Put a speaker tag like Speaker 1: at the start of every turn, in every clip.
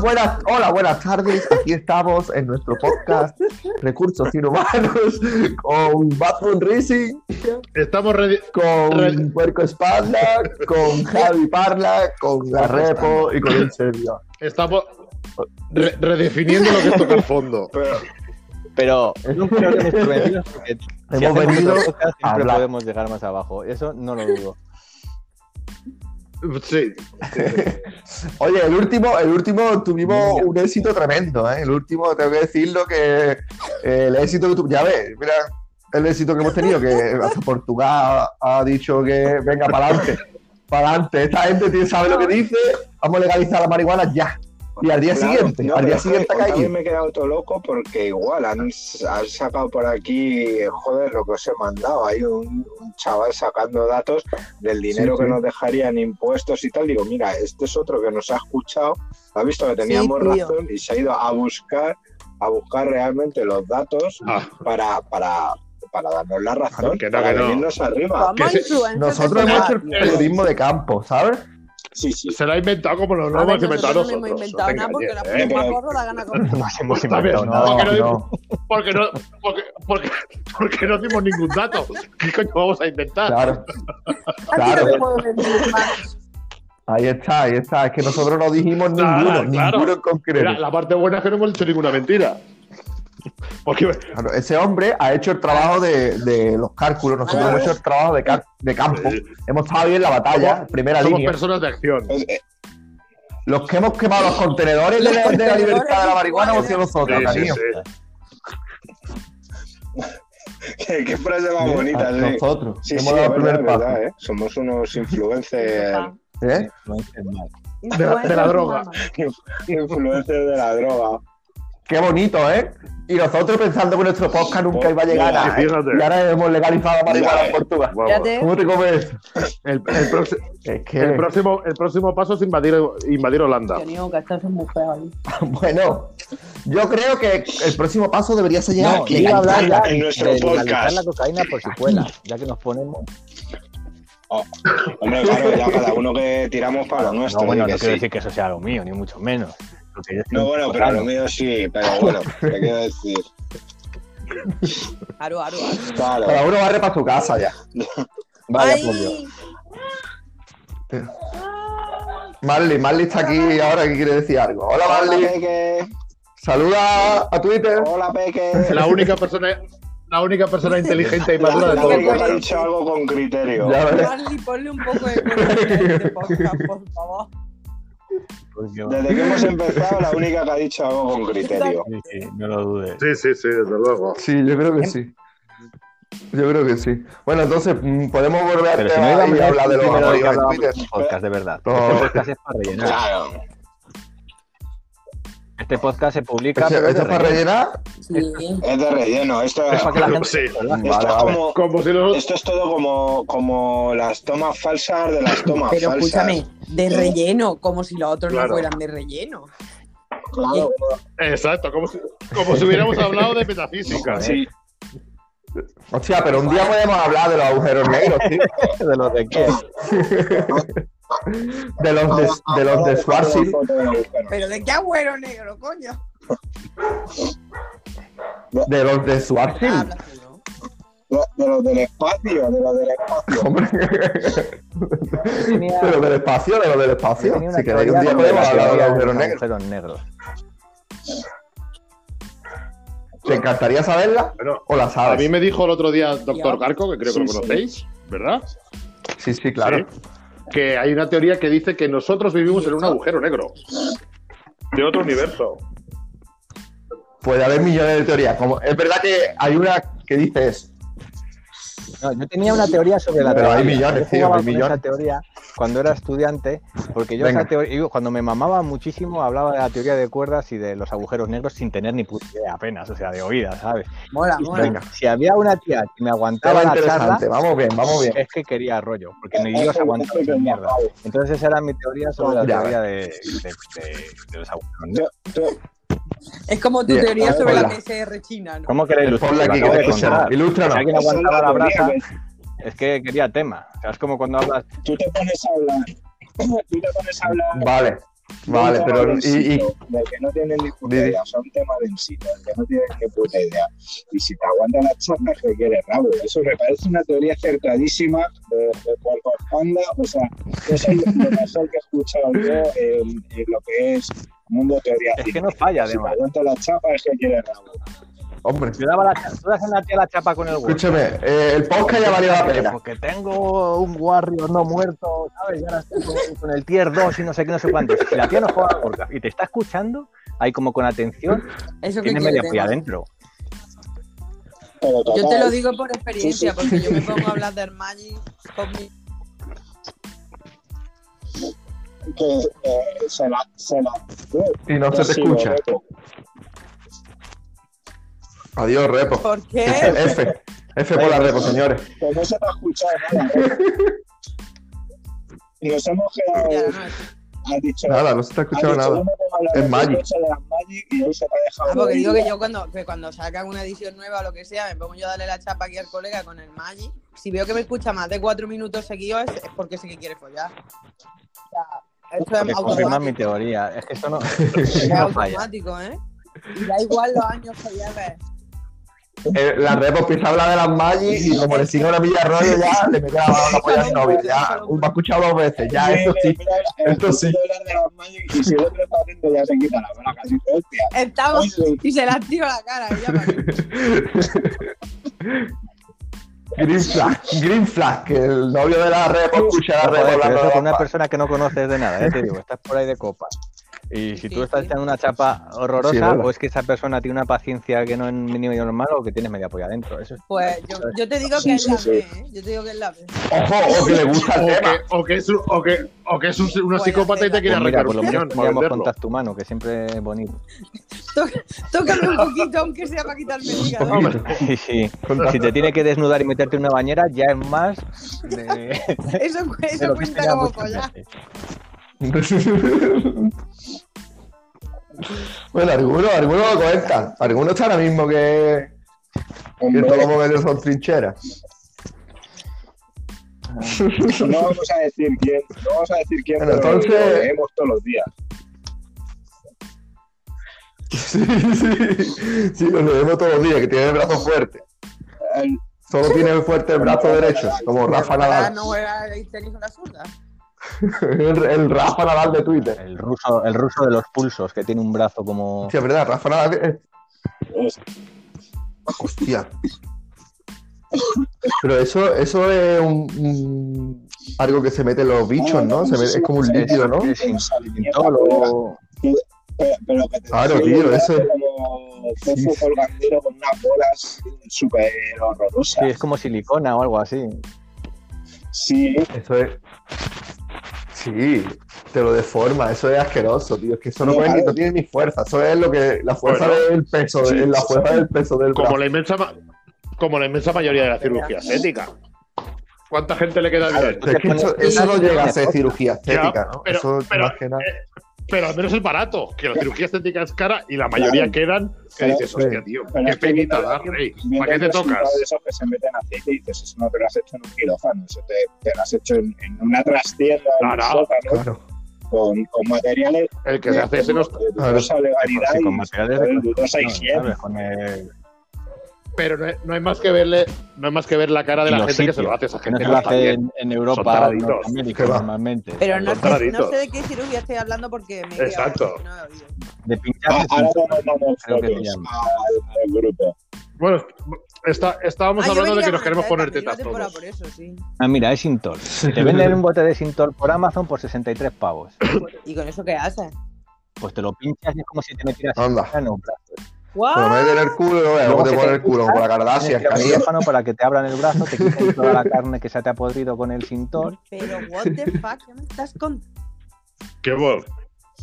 Speaker 1: buenas, hola, buenas tardes. Aquí estamos en nuestro podcast Recursos Inhumanos con Bathroom Racing,
Speaker 2: Estamos ready. Re-
Speaker 1: con Puerco Espalda, con Javi Parla, con Garrepo y con el servidor.
Speaker 2: Estamos re- redefiniendo lo que es tocar fondo.
Speaker 3: Pero no creo que hemos prometido porque si
Speaker 1: Hemos
Speaker 3: hacemos
Speaker 1: venido
Speaker 3: otro podcast,
Speaker 1: a
Speaker 3: siempre
Speaker 1: hablar.
Speaker 3: podemos llegar más abajo. Eso no lo dudo.
Speaker 2: Sí.
Speaker 1: Oye, el último, el último tuvimos un éxito tremendo, ¿eh? El último, tengo que decirlo que eh, el éxito que tu- ya ves, mira el éxito que hemos tenido, que hasta Portugal ha, ha dicho que venga para adelante, para adelante, esta gente tiene- sabe lo que dice, vamos a legalizar la marihuana ya. Y al día
Speaker 4: Claro,
Speaker 1: siguiente,
Speaker 4: no,
Speaker 1: al
Speaker 4: pero
Speaker 1: día
Speaker 4: es que
Speaker 1: siguiente
Speaker 4: hoy también
Speaker 1: caí.
Speaker 4: me he quedado todo loco porque igual han, han sacado por aquí, joder, lo que os he mandado. Hay un, un chaval sacando datos del dinero
Speaker 1: Sí,
Speaker 4: que
Speaker 1: sí.
Speaker 4: nos dejarían impuestos y tal. Digo, mira, este es otro que nos ha escuchado, ha visto que teníamos
Speaker 5: tío.
Speaker 4: razón y se ha ido a buscar, a buscar realmente los datos
Speaker 2: Ah,
Speaker 4: para, para, para darnos la razón,
Speaker 2: Claro que no,
Speaker 4: para
Speaker 2: que no.
Speaker 4: venirnos arriba.
Speaker 2: Que
Speaker 5: Vamos,
Speaker 2: se-
Speaker 5: influencers.
Speaker 1: Nosotros
Speaker 5: de
Speaker 1: hemos hecho
Speaker 5: verdad,
Speaker 1: el periodismo de campo, ¿sabes?
Speaker 4: Sí, sí.
Speaker 2: se lo ha inventado como los
Speaker 5: tío. A
Speaker 2: lobos que
Speaker 5: ver,
Speaker 2: inventaron
Speaker 5: nosotros no
Speaker 2: nosotros.
Speaker 5: hemos
Speaker 2: No
Speaker 5: inventado
Speaker 2: te
Speaker 5: nada porque la
Speaker 2: engañes, ¿eh?
Speaker 5: puta gorro la gana con
Speaker 3: Nos hemos
Speaker 2: Está bien,
Speaker 3: inventado
Speaker 2: no.
Speaker 3: nada.
Speaker 2: que no
Speaker 1: no.
Speaker 2: Porque no, porque, porque, porque no dimos ningún dato. ¿Qué coño vamos a inventar?
Speaker 1: Claro,
Speaker 5: Aquí
Speaker 1: Claro.
Speaker 5: no te puedo mentir, hermanos.
Speaker 1: ahí está, ahí está. Es que nosotros no dijimos
Speaker 2: Nada,
Speaker 1: ninguno,
Speaker 2: claro.
Speaker 1: ninguno en concreto.
Speaker 2: Mira, la parte buena es que no hemos hecho ninguna mentira. Porque
Speaker 1: Claro, ese hombre ha hecho el trabajo de, de los cálculos, nosotros
Speaker 4: Claro.
Speaker 1: hemos hecho el trabajo de, ca- de campo. Hemos estado ahí en la batalla,
Speaker 2: Somos-
Speaker 1: primera
Speaker 2: somos
Speaker 1: línea.
Speaker 2: personas de acción.
Speaker 4: Es- eh,
Speaker 1: Los que hemos quemado los contenedores de,
Speaker 5: Los
Speaker 1: la- de la
Speaker 5: contenedores
Speaker 1: libertad de la marihuana hemos sido
Speaker 2: Sí,
Speaker 1: nosotros,
Speaker 2: sí,
Speaker 1: cariño.
Speaker 2: sí.
Speaker 4: eh, qué, qué frase más bonita,
Speaker 1: A-
Speaker 4: sí.
Speaker 1: Ah, Nosotros,
Speaker 4: Sí,
Speaker 1: hemos
Speaker 4: sí,
Speaker 1: dado el
Speaker 4: es
Speaker 1: primer
Speaker 4: verdad,
Speaker 1: paso.
Speaker 4: verdad, ¿eh? Somos unos influencers
Speaker 1: ¿eh?
Speaker 2: De la- de la droga.
Speaker 4: influencer de la droga.
Speaker 1: Qué bonito, ¿eh? Y nosotros pensando que nuestro podcast nunca
Speaker 4: Oh,
Speaker 1: iba a llegar
Speaker 2: mira,
Speaker 1: a ¿eh?
Speaker 2: fíjate.
Speaker 1: Y ahora hemos legalizado la marihuana
Speaker 4: Mira,
Speaker 1: en Portugal.
Speaker 2: Vamos.
Speaker 5: Fíjate.
Speaker 1: ¿Cómo te comes eso?
Speaker 2: El, el próximo,
Speaker 1: Es
Speaker 2: el,
Speaker 1: que,
Speaker 2: próximo, el próximo paso es invadir, invadir Holanda.
Speaker 5: Que niego que estás muy feo ¿eh? ahí.
Speaker 1: bueno, yo creo que el próximo paso debería ser llegar
Speaker 3: No,
Speaker 1: aquí.
Speaker 3: yo iba a hablar ya
Speaker 4: En nuestro
Speaker 3: de legalizar
Speaker 4: podcast.
Speaker 3: la cocaína por secuela, ya que nos ponemos.
Speaker 4: Hombre, claro, ya cada uno que tiramos para lo nuestro.
Speaker 3: No, bueno,
Speaker 4: di
Speaker 3: no
Speaker 4: que
Speaker 3: quiero
Speaker 4: sí.
Speaker 3: decir que eso sea lo mío, ni mucho menos. Lo que yo estoy
Speaker 4: No, bueno, pero
Speaker 3: tocando.
Speaker 4: lo mío sí, pero bueno, te quiero decir.
Speaker 5: Aro, aro, aro.
Speaker 4: Claro.
Speaker 1: Cada uno barre para su casa ya. Vaya, por Dios.
Speaker 5: Ay,
Speaker 1: Marley, Marley está aquí ahora que quiere decir algo. Hola
Speaker 4: Hola,
Speaker 1: Marley,
Speaker 4: Peque.
Speaker 1: saluda a Twitter.
Speaker 4: Hola, Peque.
Speaker 2: La única persona, la única persona inteligente y
Speaker 4: La-
Speaker 2: madura de
Speaker 4: la
Speaker 2: todo el
Speaker 4: única que
Speaker 2: mundo.
Speaker 4: ha dicho algo con criterio.
Speaker 1: Ya ves.
Speaker 5: Marley, ponle un poco de color a este podcast, por favor.
Speaker 3: Pues yo-
Speaker 4: Desde que hemos empezado, la única que ha dicho algo con criterio.
Speaker 3: sí, sí, no lo dudes.
Speaker 2: Sí, sí, sí, desde luego.
Speaker 1: Sí, yo creo que sí. Yo creo que sí. Bueno, entonces mm, podemos volver al
Speaker 3: Pero si
Speaker 1: tema
Speaker 3: no iba a
Speaker 1: y hablar de los amoríos en Twitter.
Speaker 3: podcast, de verdad.
Speaker 1: No.
Speaker 3: Este podcast es para rellenar.
Speaker 4: Claro.
Speaker 3: Este podcast se publica.
Speaker 1: ¿Esto
Speaker 3: pero
Speaker 1: este es
Speaker 3: de
Speaker 1: para
Speaker 3: relleno.
Speaker 1: rellenar?
Speaker 5: Sí.
Speaker 4: Es de relleno. Esto,
Speaker 3: Es para que la gente.
Speaker 2: Sí.
Speaker 3: Hola.
Speaker 4: esto es
Speaker 1: Vale,
Speaker 4: como.
Speaker 2: Como si los,
Speaker 4: Esto es todo como, como las tomas falsas de las tomas
Speaker 5: Pero
Speaker 4: falsas.
Speaker 5: escúchame, de relleno, como si los otros
Speaker 2: Claro.
Speaker 5: no fueran de relleno.
Speaker 4: Claro,
Speaker 2: exacto, como si, como si hubiéramos hablado de metafísica. ¿eh?
Speaker 3: ¿eh?
Speaker 4: sí.
Speaker 1: Hostia, pero un día podemos hablar de los agujeros negros, tío.
Speaker 3: de los de qué.
Speaker 1: De los de, de, los de Schwarzschild.
Speaker 5: Pero de qué agüero negro, coño.
Speaker 1: De los de
Speaker 5: Ah,
Speaker 1: Schwarzschild.
Speaker 5: habla tú, ¿no?
Speaker 4: De, de los del espacio, de los del espacio.
Speaker 1: Hombre. De los del espacio, de los del espacio.
Speaker 3: Tenía una
Speaker 1: Si queréis, un día
Speaker 3: teoría sobre
Speaker 1: podemos
Speaker 3: la
Speaker 1: hablar de los
Speaker 3: teoría
Speaker 1: agujeros negros.
Speaker 3: agujeros negros.
Speaker 1: ¿Te encantaría saberla
Speaker 2: Bueno,
Speaker 1: o la
Speaker 2: a
Speaker 1: sabes?
Speaker 2: mí me dijo el otro día doctor
Speaker 5: Yo.
Speaker 2: Garco, que creo que lo
Speaker 4: Sí, sí.
Speaker 2: conocéis, ¿verdad?
Speaker 1: Sí, sí, claro.
Speaker 2: Sí. Que hay una teoría que dice que nosotros vivimos en un agujero negro. De otro universo.
Speaker 1: Puede haber millones de teorías. Como, es verdad que hay una que dice eso.
Speaker 3: No, yo tenía una teoría sobre la
Speaker 1: Pero hay
Speaker 3: teoría.
Speaker 1: millones,
Speaker 3: Yo
Speaker 1: tío,
Speaker 3: jugaba
Speaker 1: hay
Speaker 3: con
Speaker 1: millones.
Speaker 3: esa teoría cuando era estudiante, porque yo
Speaker 1: Venga.
Speaker 3: esa teoría, yo cuando me mamaba muchísimo hablaba de la teoría de cuerdas y de los agujeros negros sin tener ni puta idea apenas, o sea, de oídas, ¿sabes?
Speaker 5: Mola,
Speaker 3: Y
Speaker 5: mola.
Speaker 1: Venga.
Speaker 3: Si había una tía que me
Speaker 1: Estaba
Speaker 3: aguantaba la charla,
Speaker 1: interesante. Vamos bien, vamos bien.
Speaker 3: es que quería rollo, porque ni Dios aguantaba esa mierda. Entonces esa era mi teoría sobre la
Speaker 1: Ya
Speaker 3: teoría de, de- de- de los agujeros negros.
Speaker 5: Es como tu
Speaker 1: Bien.
Speaker 5: teoría sobre
Speaker 1: Hola.
Speaker 5: la PCR china, ¿no?
Speaker 3: ¿Cómo queréis ilustrar?
Speaker 1: Ponla aquí que
Speaker 3: Lo Eh, acabo
Speaker 1: te
Speaker 3: de
Speaker 1: escuchará.
Speaker 3: contar. Si
Speaker 1: Ilústranos.
Speaker 3: alguien aguantaba la brasa, es que quería tema. O sea, es como cuando hablas
Speaker 4: Tú te pones a hablar. Tú te pones a hablar
Speaker 1: Vale. Vale,
Speaker 4: Un tema
Speaker 1: pero.
Speaker 4: del
Speaker 1: Y, y-
Speaker 4: sitio, del que no tienen ni puta
Speaker 1: Dime.
Speaker 4: idea, son temas del sitio, del que no tienen ni puta idea. Y si te aguantan las charlas, requiere rabo. Eso me parece una teoría acertadísima de, de por Panda. O sea, eso es lo mejor que he escuchado yo en, en lo que es mundo teoría.
Speaker 3: Es que no falla,
Speaker 4: si te
Speaker 3: además.
Speaker 4: aguantan las chapas, es que quiere rabo.
Speaker 1: hombre,
Speaker 3: Yo daba la, tú das una tía la chapa con el huevo.
Speaker 1: escúchame, eh, el podcast ya valió la pena.
Speaker 3: Porque tengo un Warrior no muerto, ¿sabes? Y ahora estoy con, con el tier 2 y no sé qué, no sé cuánto. Si la tía no juega al Warcraft y te está escuchando, ahí como con atención,
Speaker 5: Eso que
Speaker 3: tiene
Speaker 5: quiere
Speaker 3: media
Speaker 5: tema.
Speaker 3: polla adentro.
Speaker 4: Pero
Speaker 5: Yo te
Speaker 4: total,
Speaker 5: lo digo por experiencia, porque yo me pongo a hablar de Hermione con mi-
Speaker 4: que eh, se la. Se la
Speaker 1: Y no
Speaker 4: yo
Speaker 1: se te
Speaker 4: sigo,
Speaker 1: escucha.
Speaker 4: Repo.
Speaker 1: Adiós, repo.
Speaker 5: ¿Por qué?
Speaker 1: F. F por la repo, señores.
Speaker 4: Que Pues no se te ha escuchado nada. Repo. Nos hemos
Speaker 5: Ya,
Speaker 4: quedado.
Speaker 5: no, es-
Speaker 4: Has dicho.
Speaker 1: Nada, no se te ha escuchado nada. Es Magic.
Speaker 5: Ah,
Speaker 4: Ah,
Speaker 5: porque digo que yo cuando, que cuando sacan una edición nueva o lo que sea, me pongo yo a darle la chapa aquí al colega con el Magic. Si veo que me escucha más de cuatro minutos seguidos, es porque sé que quiere follar. O sea, esto
Speaker 3: Te
Speaker 5: es
Speaker 3: confirma
Speaker 5: automático.
Speaker 3: mi teoría. Es que esto no,
Speaker 5: Es
Speaker 3: esto no falla.
Speaker 5: automático, ¿eh? Y da igual los años que lleves.
Speaker 1: Eh, la repo empieza a hablar de las Maggi y como le sigue una milla rollo ya le mete la mano en la polla al novio. Ya, me ha escuchado dos veces, ya, eso sí. Esto sí.
Speaker 4: Y si otro está atento, ya se quita la mala casi. Hostia.
Speaker 5: Estamos y se la tiro a la cara. y ya para qué.
Speaker 1: Green flag, green flag, que el novio de la repo escucha a la
Speaker 3: No,
Speaker 1: repo
Speaker 3: joder, eh,
Speaker 1: hablando
Speaker 3: pero eso
Speaker 1: de
Speaker 3: con
Speaker 1: las
Speaker 3: una
Speaker 1: Maggi.
Speaker 3: persona que no conoces de nada, ya te digo, estás por ahí de copa. Y si tú estás echando una chapa
Speaker 1: Sí, es
Speaker 3: horrorosa,
Speaker 1: verdad.
Speaker 3: o es que esa persona tiene una paciencia que no es ni medio normal o que tienes media polla adentro. Eso es
Speaker 5: Pues yo, yo te digo que es la B, ¿eh? Yo te digo que es la B.
Speaker 1: Ojo, o que le gusta
Speaker 2: O
Speaker 1: el tema.
Speaker 2: que, o que es, un- o que, o que es un- una psicópata y te quiere
Speaker 3: Pues mira,
Speaker 2: arrancar
Speaker 3: por
Speaker 2: un
Speaker 3: lo menos
Speaker 2: millón para
Speaker 3: tendríamos
Speaker 2: venderlo.
Speaker 3: contacto humano, que siempre es bonito.
Speaker 5: Tócame un poquito, aunque sea para quitarme el hígado.
Speaker 1: Hombre,
Speaker 3: Sí, sí. Si te tiene que desnudar y meterte en una bañera, ya es más de, de
Speaker 5: Eso, eso
Speaker 3: lo que
Speaker 5: cuenta
Speaker 3: tenía
Speaker 5: como
Speaker 3: muchas
Speaker 5: follar.
Speaker 3: veces.
Speaker 1: bueno, alguno, alguno lo comenta. Alguno está ahora mismo que, que
Speaker 4: Hombre,
Speaker 1: todos los momentos son trincheras.
Speaker 4: No vamos a decir quién. No vamos a decir quién.
Speaker 1: Bueno,
Speaker 4: pero
Speaker 1: entonces-
Speaker 4: Lo leemos todos los días.
Speaker 1: Sí, sí, sí, nos lo vemos todos los días, que tiene el brazo fuerte.
Speaker 4: El-
Speaker 1: Solo tiene fuerte el brazo derecho, como Rafa
Speaker 5: Ojalá
Speaker 1: Nadal.
Speaker 5: Ah, no juega el tenis con la zurda.
Speaker 1: El, el Rafa Nadal de Twitter.
Speaker 3: El ruso, el ruso de los pulsos, que tiene un brazo como.
Speaker 1: Sí, es verdad, Rafa Nadal. eh, Hostia. Pero eso, eso es un, un- algo que se mete en los bichos, ¿no? Se mete- es como un líquido, ¿no?
Speaker 3: Es in-
Speaker 4: Todo lo-
Speaker 3: insolo.
Speaker 4: Pero, pero que te
Speaker 1: Claro,
Speaker 4: sí,
Speaker 1: tío,
Speaker 4: ¿verdad?
Speaker 1: eso es-
Speaker 4: Como Pepo colgandero con unas bolas súper
Speaker 3: Sí,
Speaker 4: horrorosas.
Speaker 3: es como silicona o algo así.
Speaker 4: Sí,
Speaker 1: Eso es. Sí, te lo deforma, eso es asqueroso, tío. Es que eso no,
Speaker 4: No,
Speaker 1: puede ni-
Speaker 4: claro.
Speaker 1: no tiene ni fuerza. Eso es lo que. La fuerza
Speaker 2: Bueno.
Speaker 1: del peso,
Speaker 4: Sí,
Speaker 1: es la
Speaker 4: sí,
Speaker 1: fuerza del peso del
Speaker 2: Como
Speaker 1: brazo.
Speaker 2: la inmensa ma- como la inmensa mayoría de la cirugía estética. ¿Cuánta gente le queda bien?
Speaker 1: Es que eso, eso no llega a ser cirugía estética, ¿no?
Speaker 2: pero-
Speaker 1: eso
Speaker 2: pero-
Speaker 1: más que nada.
Speaker 2: Pero al menos es barato, que la cirugía estética es cara y la mayoría quedan que
Speaker 4: Claro,
Speaker 2: dices,
Speaker 1: sí.
Speaker 2: hostia, tío,
Speaker 4: Pero
Speaker 2: qué
Speaker 4: es que
Speaker 2: penita
Speaker 4: viendo-
Speaker 2: dar, ey,
Speaker 4: viendo
Speaker 2: ¿para qué te
Speaker 4: el resultado
Speaker 2: tocas?
Speaker 4: de esos que se meten aceite y dices, eso no te lo has hecho en un quirófano, eso te, te lo has hecho en, en una trastienda, en un
Speaker 2: Claro,
Speaker 4: sótano,
Speaker 1: Claro.
Speaker 4: con, con materiales
Speaker 2: El que se hace ese no es-
Speaker 4: de dudosa legalidad
Speaker 3: Sí,
Speaker 4: y
Speaker 3: con materiales de
Speaker 4: de dudosa
Speaker 3: construcción,
Speaker 4: higiene.
Speaker 3: ¿sabes? Con el-
Speaker 2: Pero no, no hay más que verle, no hay más que ver la cara de
Speaker 3: y
Speaker 2: la
Speaker 3: los
Speaker 2: gente que se lo
Speaker 3: sitios,
Speaker 2: hace esa
Speaker 3: que no
Speaker 2: gente.
Speaker 3: se lo
Speaker 2: no está
Speaker 3: hace
Speaker 2: bien.
Speaker 3: en, en Europa o en
Speaker 2: taraditos.
Speaker 3: Norteamérica
Speaker 1: Que va.
Speaker 3: normalmente.
Speaker 5: Pero no
Speaker 2: Los
Speaker 5: sé,
Speaker 2: taraditos.
Speaker 5: no sé de qué cirugía estoy hablando porque me he
Speaker 2: Exacto.
Speaker 5: quedado, no he oído.
Speaker 3: De
Speaker 4: Ah,
Speaker 3: pinchar.
Speaker 4: Ahora te mandamos
Speaker 3: Creo que se
Speaker 4: fotos
Speaker 3: llama.
Speaker 4: al, al grupo.
Speaker 2: Bueno, está- estábamos
Speaker 5: Ah, yo
Speaker 2: hablando de
Speaker 5: venía
Speaker 2: que nos
Speaker 5: con
Speaker 2: queremos
Speaker 5: la
Speaker 2: poner
Speaker 5: de Camilo
Speaker 2: tetas
Speaker 5: Tempora
Speaker 2: todos.
Speaker 5: Por eso, sí.
Speaker 3: Ah, mira, es Sintol. Te venden un bote de Sintol por Amazon por 63 pavos.
Speaker 5: ¿Y con eso qué haces?
Speaker 3: Pues te lo pinchas y es como si te metieras
Speaker 1: Anda.
Speaker 3: en un brazo.
Speaker 1: Te lo
Speaker 5: ¡Guau!
Speaker 1: meten en el culo, luego
Speaker 3: Luego
Speaker 1: te
Speaker 3: se
Speaker 1: ponen
Speaker 3: te
Speaker 1: el culo, como la Kardashian,
Speaker 3: Tienes que ir a un
Speaker 1: cariño.
Speaker 3: quirófano para que te abran el brazo, te quiten toda la carne que se te ha podrido con el Sintol.
Speaker 5: Pero, what the fuck, ¿qué me estás contando?
Speaker 2: Qué bueno,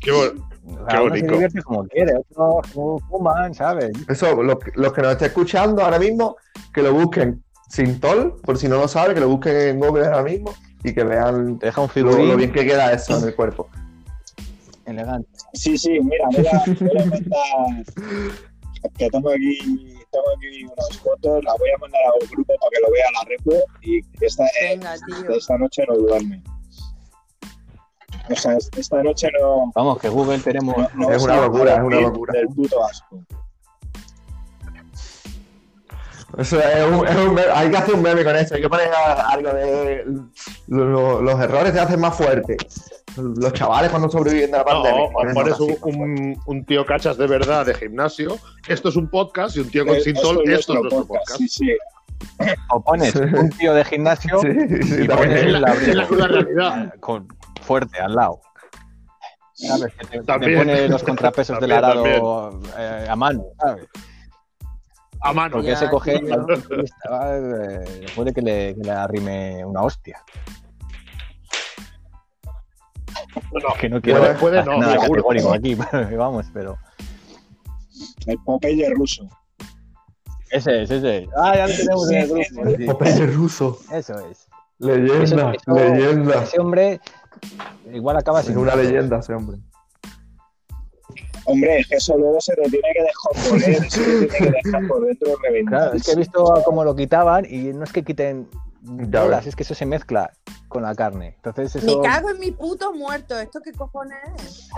Speaker 2: qué bueno.
Speaker 3: O
Speaker 2: Qué
Speaker 3: sea, uno se
Speaker 2: bonito.
Speaker 3: divierte como quiere, otros como fuman, ¿sabes?
Speaker 1: Eso, los, que- los que nos estén escuchando ahora mismo, que lo busquen sin tol, por si no lo saben, que lo busquen en Google ahora mismo y que vean
Speaker 3: Te deja un
Speaker 1: lo,
Speaker 3: figurín
Speaker 1: lo bien que queda eso en el cuerpo.
Speaker 3: elegante.
Speaker 4: Sí, sí, mira, voy a, voy a mandar. Que tengo aquí, tengo aquí unas fotos, las voy a mandar al grupo para que lo vea la repo y esta, eh,
Speaker 5: Venga, tío.
Speaker 4: esta noche no duerme. O sea, es- esta noche no.
Speaker 3: Vamos, que Google tenemos.
Speaker 4: no- no
Speaker 1: Es
Speaker 4: vas
Speaker 1: una
Speaker 4: a
Speaker 1: locura, es una
Speaker 4: dormir
Speaker 1: locura.
Speaker 4: Del puto asco.
Speaker 1: Eso es un- es un meme. Hay que hacer un meme con eso. Hay que poner a- algo de lo- lo- los errores te hacen más fuerte. Los chavales cuando sobreviven de la
Speaker 2: No,
Speaker 1: pandemia.
Speaker 2: o pones
Speaker 1: así,
Speaker 2: un,
Speaker 1: más fuerte.
Speaker 2: un- un tío cachas de verdad de gimnasio. Esto es un podcast y un tío con
Speaker 4: Eh,
Speaker 2: Sintol.
Speaker 4: es
Speaker 2: Esto es
Speaker 4: nuestro
Speaker 2: nuestro podcast.
Speaker 4: Sí, sí.
Speaker 3: O pones
Speaker 1: Sí.
Speaker 3: un tío de gimnasio
Speaker 1: Sí, sí,
Speaker 3: y
Speaker 1: también.
Speaker 3: pones
Speaker 2: Es la-
Speaker 3: la,
Speaker 2: es la cruda realidad.
Speaker 3: Con fuerte al lado. ¿Sabes? Que te, te
Speaker 2: También.
Speaker 3: pone los contrapesos del
Speaker 2: También,
Speaker 3: arado eh, a mano, ¿sabes?
Speaker 2: A mano.
Speaker 3: Porque
Speaker 5: Ya,
Speaker 3: se coge
Speaker 5: tío.
Speaker 3: eh, puede que le, que le arrime una hostia.
Speaker 2: No,
Speaker 3: Que no quiero
Speaker 2: puede, puede no,
Speaker 3: nada
Speaker 2: seguro.
Speaker 3: categórico aquí, vamos, pero.
Speaker 4: El Popeye ruso.
Speaker 3: Ese es, ese es. Ah, ya lo tenemos en el grupo. sí.
Speaker 1: Popeye ruso.
Speaker 3: Eso es.
Speaker 1: Leyenda,
Speaker 3: Eso- eso-
Speaker 1: leyenda.
Speaker 3: Ese hombre igual acaba
Speaker 1: Es
Speaker 3: sin.
Speaker 1: una leyenda ese hombre.
Speaker 4: Hombre, es que eso luego se lo tiene que dejar por él, se lo tiene que dejar por dentro reventado.
Speaker 3: Claro, es que he visto cómo lo quitaban y no es que quiten
Speaker 1: Ya
Speaker 3: bolas,
Speaker 1: ves.
Speaker 3: es que eso se mezcla con la carne. Entonces eso.
Speaker 5: Me cago en mis putos muertos. ¿Esto qué cojones es?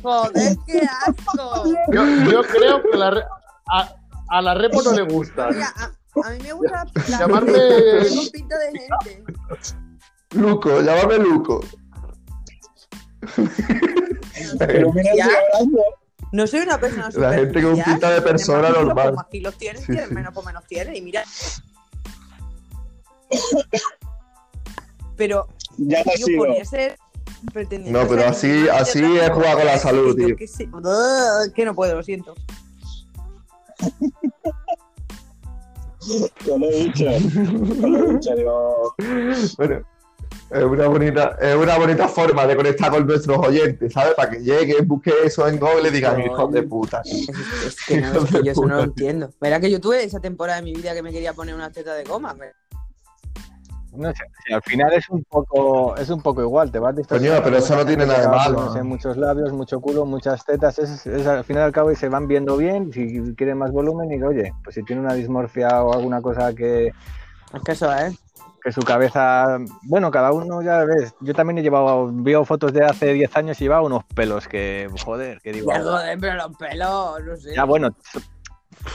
Speaker 5: Joder, qué asco.
Speaker 2: Yo, yo creo que la re- a, a la repo no le gustan.
Speaker 5: Mira, a, a mí me gusta la
Speaker 2: Llamarme-
Speaker 5: Tengo pinta de gente.
Speaker 1: Luco, llámame Luco.
Speaker 4: Pero mira,
Speaker 5: Ya.
Speaker 4: estoy hablando.
Speaker 5: No soy una persona
Speaker 1: La gente con
Speaker 5: superficial,
Speaker 1: pinta de
Speaker 5: tienes
Speaker 1: persona
Speaker 5: más kilos,
Speaker 1: normal.
Speaker 5: Pues más kilos tienes,
Speaker 1: Sí,
Speaker 5: tienes
Speaker 1: sí.
Speaker 5: menos, pues menos tienes. Y mira. Pero
Speaker 4: Ya te has
Speaker 5: yo
Speaker 4: ido.
Speaker 5: con ese pretendiendo.
Speaker 1: No, pero
Speaker 5: ser
Speaker 1: así-
Speaker 5: niño,
Speaker 1: así
Speaker 5: yo
Speaker 1: es
Speaker 5: tampoco
Speaker 1: jugar con la
Speaker 5: puedo
Speaker 1: salud,
Speaker 5: decir
Speaker 1: tío.
Speaker 5: Que, sí. Ugh, que no puedo, lo siento.
Speaker 4: Te lo he dicho. Te lo he dicho. Digo,
Speaker 1: Bueno, es una bonita, es una bonita forma de conectar con nuestros oyentes, ¿sabes? Para que lleguen, busquen eso en Google y digan,
Speaker 5: No.
Speaker 1: hijos de puta.
Speaker 5: Es, es que no,
Speaker 1: Hijo
Speaker 5: es que
Speaker 1: de
Speaker 5: yo eso no lo
Speaker 1: puta.
Speaker 5: entiendo. Verá que yo tuve esa temporada de mi vida que me quería poner una teta de goma. me-
Speaker 3: No sé, sí, al final es un poco, es un poco igual, te vas dispersando,
Speaker 1: pero eso no tiene nada de malo.
Speaker 3: poniéndose muchos labios, mucho culo, muchas tetas, es, es- al final al cabo y se van viendo bien, si quieren más volumen, y oye, pues si tiene una dismorfia o alguna cosa que,
Speaker 5: Es que eso ¿eh? es.
Speaker 3: que su cabeza, bueno, cada uno ya ves, yo también he llevado, veo fotos de hace 10 años y llevaba unos pelos que, joder, que digo,
Speaker 5: Ya, joder, pero los pelos, no sé.
Speaker 3: Ya, bueno,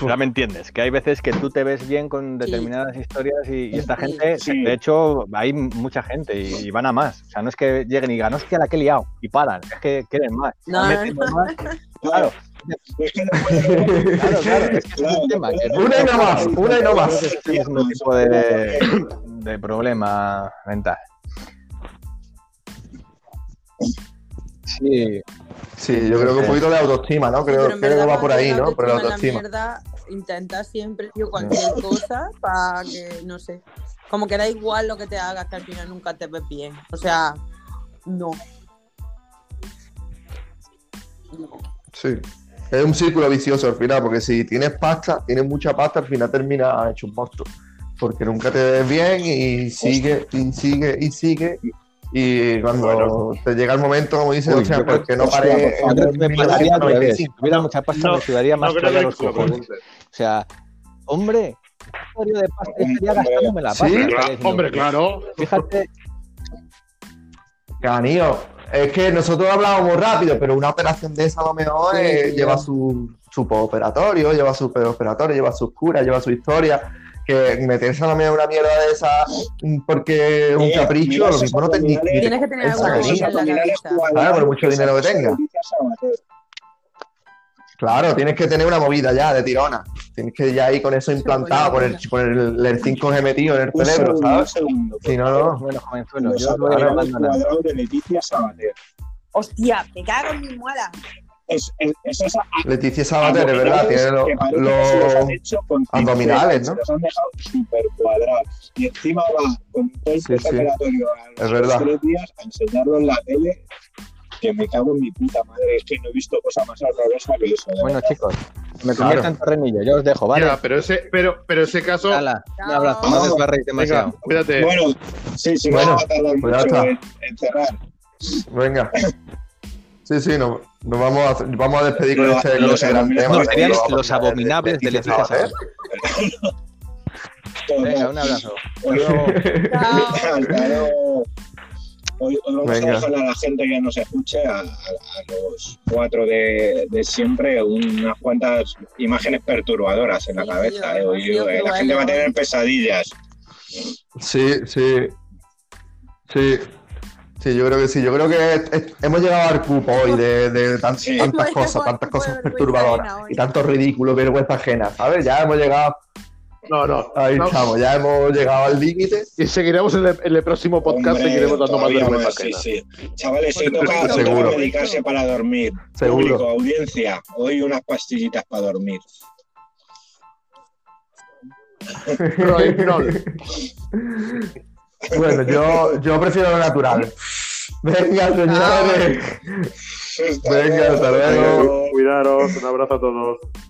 Speaker 3: ya me entiendes, que hay veces que tú te ves bien con determinadas historias y, y esta
Speaker 5: Sí.
Speaker 3: gente,
Speaker 4: Sí.
Speaker 3: de hecho, hay mucha gente y, y van a más. O sea, no es que lleguen y digan, hostia, la que he liado, y paran, es que quieren más.
Speaker 5: No,
Speaker 3: Meten
Speaker 5: no,
Speaker 3: más. Claro,
Speaker 4: es que después-
Speaker 3: claro, claro, es que es
Speaker 4: Claro,
Speaker 3: un tema. Que
Speaker 4: claro.
Speaker 1: Una y no más, una y no
Speaker 2: Ah,
Speaker 1: más.
Speaker 3: Es el este mismo tipo de, de problema mental. Sí,
Speaker 1: Sí, yo creo que un poquito de autoestima, ¿no?
Speaker 5: Sí, pero
Speaker 1: Creo,
Speaker 5: en
Speaker 1: creo que
Speaker 5: verdad
Speaker 1: va por ahí,
Speaker 5: cuando
Speaker 1: ¿no? Por la
Speaker 5: llegas a
Speaker 1: autoestima.
Speaker 5: mierda, intenta siempre tío, cualquier cosa para que, no sé, como que da igual lo que te hagas, que al final nunca te ves bien. O sea, no. No.
Speaker 1: Sí. Es un círculo vicioso al final, porque si tienes pasta, tienes mucha pasta, al final termina hecho un monstruo. Porque nunca te ves bien y sigue, y sigue, y sigue. Y cuando te llega el momento, como dices,
Speaker 3: Uy,
Speaker 1: o sea,
Speaker 3: yo creo-
Speaker 1: porque no
Speaker 3: hostia,
Speaker 1: paré.
Speaker 3: yo creo que me pasaría al revés. Si tuviera mucha pasta,
Speaker 2: No,
Speaker 3: me sudaría más
Speaker 2: No creo
Speaker 3: todavía
Speaker 2: que
Speaker 3: los
Speaker 2: lo
Speaker 3: cojones.
Speaker 2: preguntes.
Speaker 3: O sea, hombre, un usuario de pasta estaría gastándome la
Speaker 1: Sí,
Speaker 3: pasta. estaría
Speaker 2: Cla-
Speaker 3: diciendo,
Speaker 2: Hombre, claro.
Speaker 3: Fíjate,
Speaker 1: Canío, es que nosotros hablábamos rápido, pero una operación de esa a lo mejor
Speaker 5: Sí,
Speaker 1: eh,
Speaker 5: sí,
Speaker 1: lleva
Speaker 5: sí.
Speaker 1: su, su postoperatorio, lleva su preoperatorio, lleva sus curas, lleva su historia. Que meterse a lo mejor una mierda de esa mm, porque es un
Speaker 4: Eh,
Speaker 1: capricho,
Speaker 4: mira,
Speaker 1: lo mismo no te ni- ni te
Speaker 5: Tienes que tener
Speaker 1: compensa,
Speaker 5: alguna
Speaker 1: carillo.
Speaker 5: cosa en la cabeza.
Speaker 1: Claro, por mucho dinero que tenga.
Speaker 4: tenga.
Speaker 1: Claro, tienes que tener una movida ya de tirona. Tienes que ya ir con eso implantado, con el, con el, el 5G metido en el
Speaker 4: Un
Speaker 1: cerebro,
Speaker 4: segundo, un
Speaker 1: ¿sabes?
Speaker 4: segundo.
Speaker 1: Si no, no.
Speaker 3: bueno, jovenzuelo,
Speaker 4: Los
Speaker 3: yo no voy a ir
Speaker 4: aparatos
Speaker 3: hablando nada.
Speaker 4: cuadrados de Leticia Sabater.
Speaker 5: Hostia, me cago en mi muela.
Speaker 4: Es, es, es esa
Speaker 1: Leticia Sabater, es Ah, verdad, tiene los.
Speaker 4: que parece que se los han
Speaker 1: los-
Speaker 4: hecho con
Speaker 1: abdominales,
Speaker 4: pinceles,
Speaker 1: ¿no?
Speaker 4: se los han dejado súper cuadrados. Y encima va con todo el
Speaker 1: Sí, sí.
Speaker 4: operatorio a
Speaker 1: Es
Speaker 4: los
Speaker 1: verdad.
Speaker 4: tres días a enseñarlo en la tele. Que me cago en mi puta madre, es que no he visto cosa más horrorosa que eso. de
Speaker 3: Bueno,
Speaker 4: verdad.
Speaker 3: chicos, me convierto en torrenillo, yo os dejo, ¿vale?
Speaker 2: Ya, pero ese, pero, pero ese caso.
Speaker 3: Hala, un abrazo, no
Speaker 4: Chao.
Speaker 3: desbarréis
Speaker 2: Venga,
Speaker 3: demasiado.
Speaker 2: cuídate.
Speaker 4: Bueno, sí, sí,
Speaker 1: eh, Bueno,
Speaker 4: vamos a tardar
Speaker 1: pues ya
Speaker 4: mucho
Speaker 1: está.
Speaker 4: en, en cerrar.
Speaker 1: Venga. Sí, sí, no- nos vamos a, hacer- vamos a despedir con
Speaker 4: Los-
Speaker 1: este, con
Speaker 4: los
Speaker 1: este ¿eh? gran
Speaker 4: abominables-
Speaker 1: tema.
Speaker 3: No,
Speaker 1: de-
Speaker 3: serían los
Speaker 1: de- de-
Speaker 3: abominables de Leticia Sabater.
Speaker 4: todo. Pues
Speaker 3: Venga, un abrazo.
Speaker 4: Hasta luego.
Speaker 5: Chao.
Speaker 4: Hasta luego. Hoy, hoy vamos
Speaker 1: Venga.
Speaker 4: a dejar a la gente que nos escuche, a, a- a los cuatro de, de siempre, unas cuantas imágenes perturbadoras en la
Speaker 5: Sí,
Speaker 4: cabeza.
Speaker 5: tío,
Speaker 4: eh. Hoy,
Speaker 5: tío,
Speaker 4: eh,
Speaker 5: tío,
Speaker 4: la gente va a
Speaker 5: vaya.
Speaker 4: tener pesadillas.
Speaker 1: Sí, sí. Sí. Sí, yo creo que sí. Yo creo que es- es- hemos llegado al cupo hoy de, de tan-
Speaker 4: Sí.
Speaker 1: tantas cosas, tantas cosas perturbadoras y tantos ridículos, vergüenza ajena. ¿Sabes? Ya hemos llegado,
Speaker 2: No, no.
Speaker 1: ahí
Speaker 2: no.
Speaker 1: estamos, ya hemos llegado al límite.
Speaker 2: Y seguiremos en el, en el próximo podcast,
Speaker 4: Hombre,
Speaker 2: seguiremos dando más
Speaker 4: todavía
Speaker 2: vergüenza
Speaker 4: sí,
Speaker 2: ajena.
Speaker 4: sí. Chavales, hoy
Speaker 2: Seguro.
Speaker 4: toca, hoy toca
Speaker 1: Seguro.
Speaker 4: medicarse para dormir.
Speaker 1: Seguro.
Speaker 4: Público, audiencia, hoy unas pastillitas para dormir.
Speaker 2: Prohibnol.
Speaker 1: Bueno, yo, yo prefiero lo natural. Venga, señores.
Speaker 4: Hasta
Speaker 1: Venga, hasta luego.
Speaker 2: Cuidaros, un abrazo a todos.